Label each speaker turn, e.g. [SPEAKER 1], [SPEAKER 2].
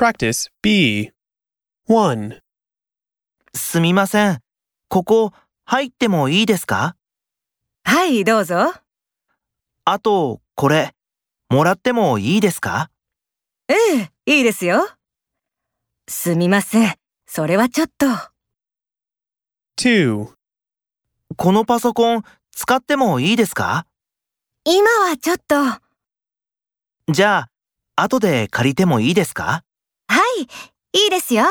[SPEAKER 1] Practice B. 1.
[SPEAKER 2] すみません。ここ入ってもいいですか
[SPEAKER 3] はい、どうぞ。
[SPEAKER 2] あと、これ、もらってもいいですか
[SPEAKER 3] ええ、いいですよ。すみません。それはちょっと。
[SPEAKER 1] 2.
[SPEAKER 2] このパソコン使ってもいいですか
[SPEAKER 3] 今はちょっと。は
[SPEAKER 2] じゃあ、後で借りてもいいですか
[SPEAKER 3] い、いいですよ。